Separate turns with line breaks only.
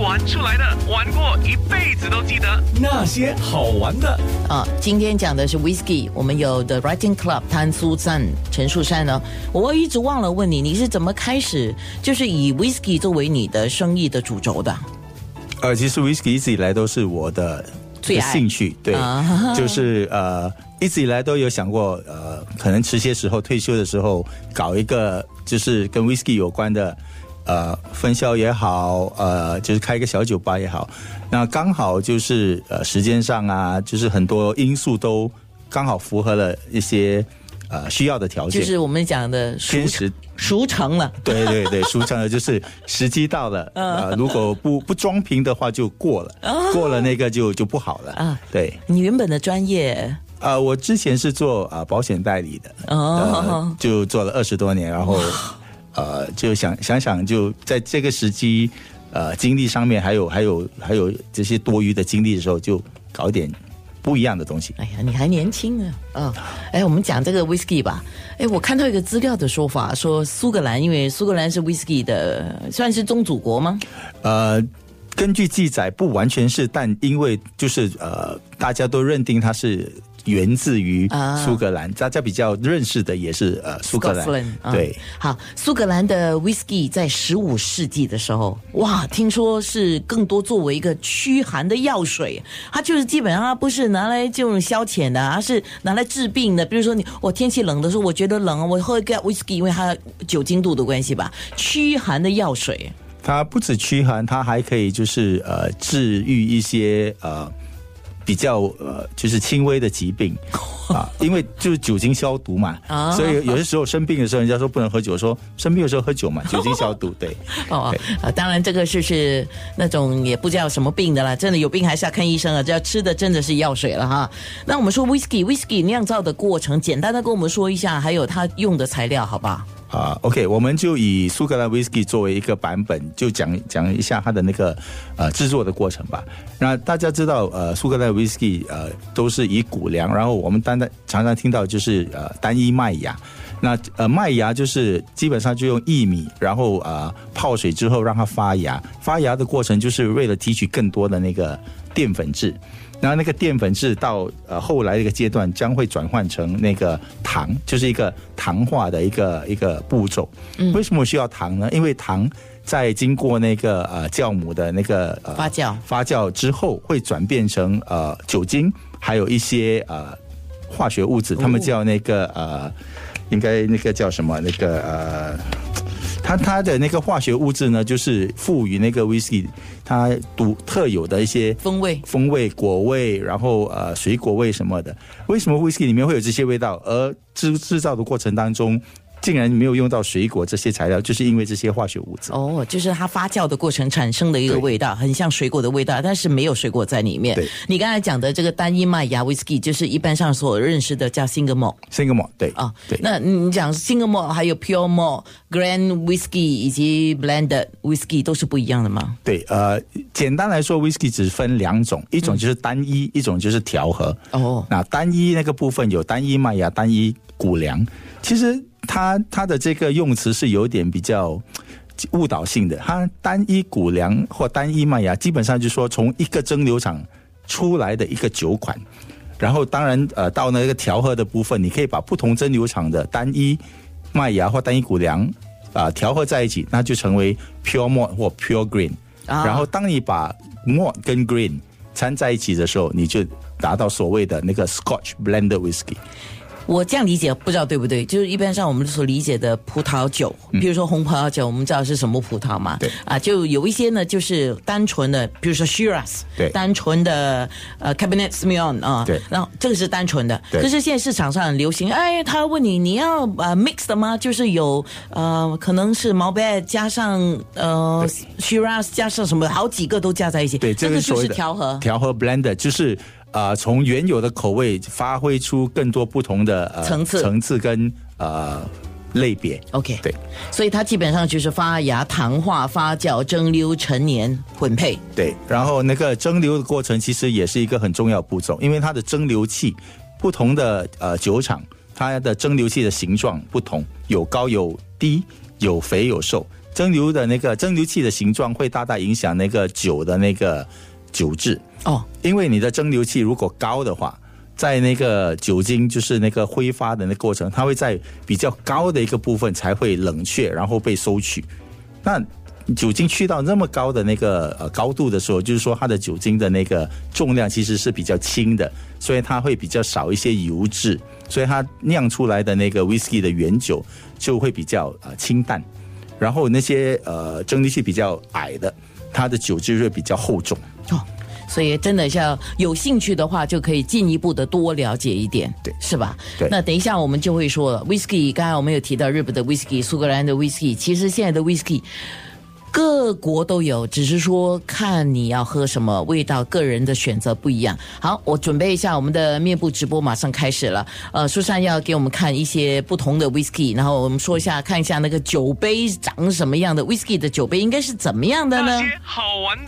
玩出来的，玩过一辈子都记得。
那些好玩的，
啊，今天讲的是 whisky，我们有 The Writing Club，谭苏赞、陈树山呢。我一直忘了问你，你是怎么开始就是以 whisky 作为你的生意的主轴的？
呃，其实 whisky 一直以来都是我的
最爱
兴趣，对，
啊
就是呃，一直以来都有想过，呃，可能迟些时候退休的时候搞一个就是跟 whisky 有关的，呃，分销也好，呃，就是开一个小酒吧也好，那刚好就是呃时间上啊，就是很多因素都刚好符合了一些呃需要的条件，
就是我们讲的熟
天
成
时
熟成了。
对对对，舒畅的就是时机到了，
嗯
呃，如果不不装瓶的话就过了，过了那个就就不好了。
哦啊
对，
你原本的专业
呃，我之前是做啊、呃保险代理的，
哦
呃，就做了二十多年，然后呃，就想想想就在这个时机，呃，精力上面还有还有还有这些多余的精力的时候，就搞点不一样的东西。
哎呀，你还年轻啊！嗯，哎，我们讲这个 whisky 吧。哎，我看到一个资料的说法，说苏格兰，因为苏格兰是 whisky 的，算是宗主国吗？
呃，根据记载不完全是，但因为就是呃，大家都认定它是源自于
啊
苏格兰，大家比较认识的也是呃苏格兰。
Scotland，啊
对，
好，苏格兰的 whisky 在十五世纪的时候，哇，听说是更多作为一个驱寒的药水，啊它就是基本上它不是拿来这种消遣的，而是拿来治病的。比如说你我天气冷的时候，我觉得冷，我喝一个 whisky，因为它酒精度的关系吧，驱寒的药水。
它不止驱寒，它还可以就是呃治愈一些呃比较呃就是轻微的 疾病啊，因为就是酒精消毒嘛，
啊
所以有有些时候生病的时候，人家说不能喝酒，说生病的时候喝酒 嘛，酒精消毒，对。
哦，啊，当然这个是是那种也不知道什么病的啦，真的有病还是要看医生啊，这要吃的真的是药水了哈。那我们说 whisky，whisky 酿造的过程，简单的跟我们说一下，还有它用的材料，好吧？
啊、o k 我们就以苏格兰 whisky 作为一个版本，就讲讲一下它的那个呃制作的过程吧。那大家知道，呃，苏格兰 whisky 呃都是以谷粮，然后我们单单常常听到就是呃单一麦芽。那呃麦芽就是基本上就用薏米，然后呃泡水之后让它发芽，发芽的过程就是为了提取更多的那个淀粉质。然后那个淀粉质到呃后来的一个阶段将会转换成那个糖，就是一个糖化的一个一个步骤。为什么需要糖呢？因为糖在经过那个呃酵母的那个、呃、
发酵
发酵之后，会转变成呃酒精，还有一些呃化学物质，他们叫那个呃，应该那个叫什么那个呃。它它的那个化学物质呢，就是赋予那个 whisky 它独特有的一些
风味
风味、果味，然后呃水果味什么的。为什么 whisky 里面会有这些味道？而制制造的过程当中，竟然没有用到水果这些材料，就是因为这些化学物质。
哦，就是它发酵的过程产生的一个
对
味道，很像水果的味道，但是没有水果在里面
对。
你刚才讲的这个单一麦芽 whisky，就是一般上所认识的叫 single malt
新格 e 对
啊。
对。
那你讲 single malt 还有 pure malt、grand whisky 以及 blended whisky 都是不一样的吗？
对，呃，简单来说，whisky 只分两种，一种就是单一，一种就是调和。
嗯哦
那单一那个部分有单一麦芽、单一谷粮，其实它它的这个用词是有点比较误导性的。它单一谷粮或单一麦芽，基本上就是说从一个蒸馏厂出来的一个酒款。然后，当然，呃，到那个调和的部分，你可以把不同蒸馏厂的单一麦芽或单一谷粮啊、调和在一起，那就成为 pure malt 或 pure green。
啊
然后，当你把 malt 跟 green 掺在一起的时候，你就达到所谓的那个 Scotch blended whisky。
我这样理解，不知道对不对？就是一般上我们所理解的葡萄酒，比如说红葡萄酒，我们知道是什么葡萄嘛？
嗯对
啊，就有一些呢，就是单纯的，比如说 Shiraz，
对
单纯的呃 Cabernet Sauvignon 啊，
对
然后这个是单纯的。
对
可是现在市场上很流行，哎，他问你你要呃 mix 的吗？就是有呃，可能是毛贝加上呃 Shiraz 加上什么，好几个都加在一起，
对，
这
个
个
所
就
谓
是
的
调和。
调和 blender 就是呃，从原有的口味发挥出更多不同的、呃、
层次
层次跟呃类别。
OK，
对，
所以它基本上就是发芽、糖化、发酵、蒸馏、陈年混配。
对，然后那个蒸馏的过程其实也是一个很重要的步骤，因为它的蒸馏器不同的呃酒厂，它的蒸馏器的形状不同，有高有低，有肥有瘦。蒸馏的那个蒸馏器的形状会大大影响那个酒的那个酒质，
哦，
因为你的蒸馏器如果高的话。在那个酒精就是那个挥发的那个过程，它会在比较高的一个部分才会冷却，然后被收取。那酒精去到那么高的那个呃高度的时候，就是说它的酒精的那个重量其实是比较轻的，所以它会比较少一些油脂，所以它酿出来的那个 whisky 的原酒就会比较呃清淡。然后那些呃蒸馏器比较矮的，它的酒质会比较厚重。
哦，所以真的像有兴趣的话，就可以进一步的多了解一点，
对
是吧？
对
那等一下我们就会说了，whisky，刚才我们有提到日本的 whisky、苏格兰的 whisky，其实现在的 whisky。各国都有，只是说看你要喝什么味道，个人的选择不一样。好，我准备一下我们的面部直播，马上开始了。呃，苏珊要给我们看一些不同的 whisky，然后我们说一下，看一下那个酒杯长什么样的，whisky 的酒杯应该是怎么样的
那
呢？
些好玩的。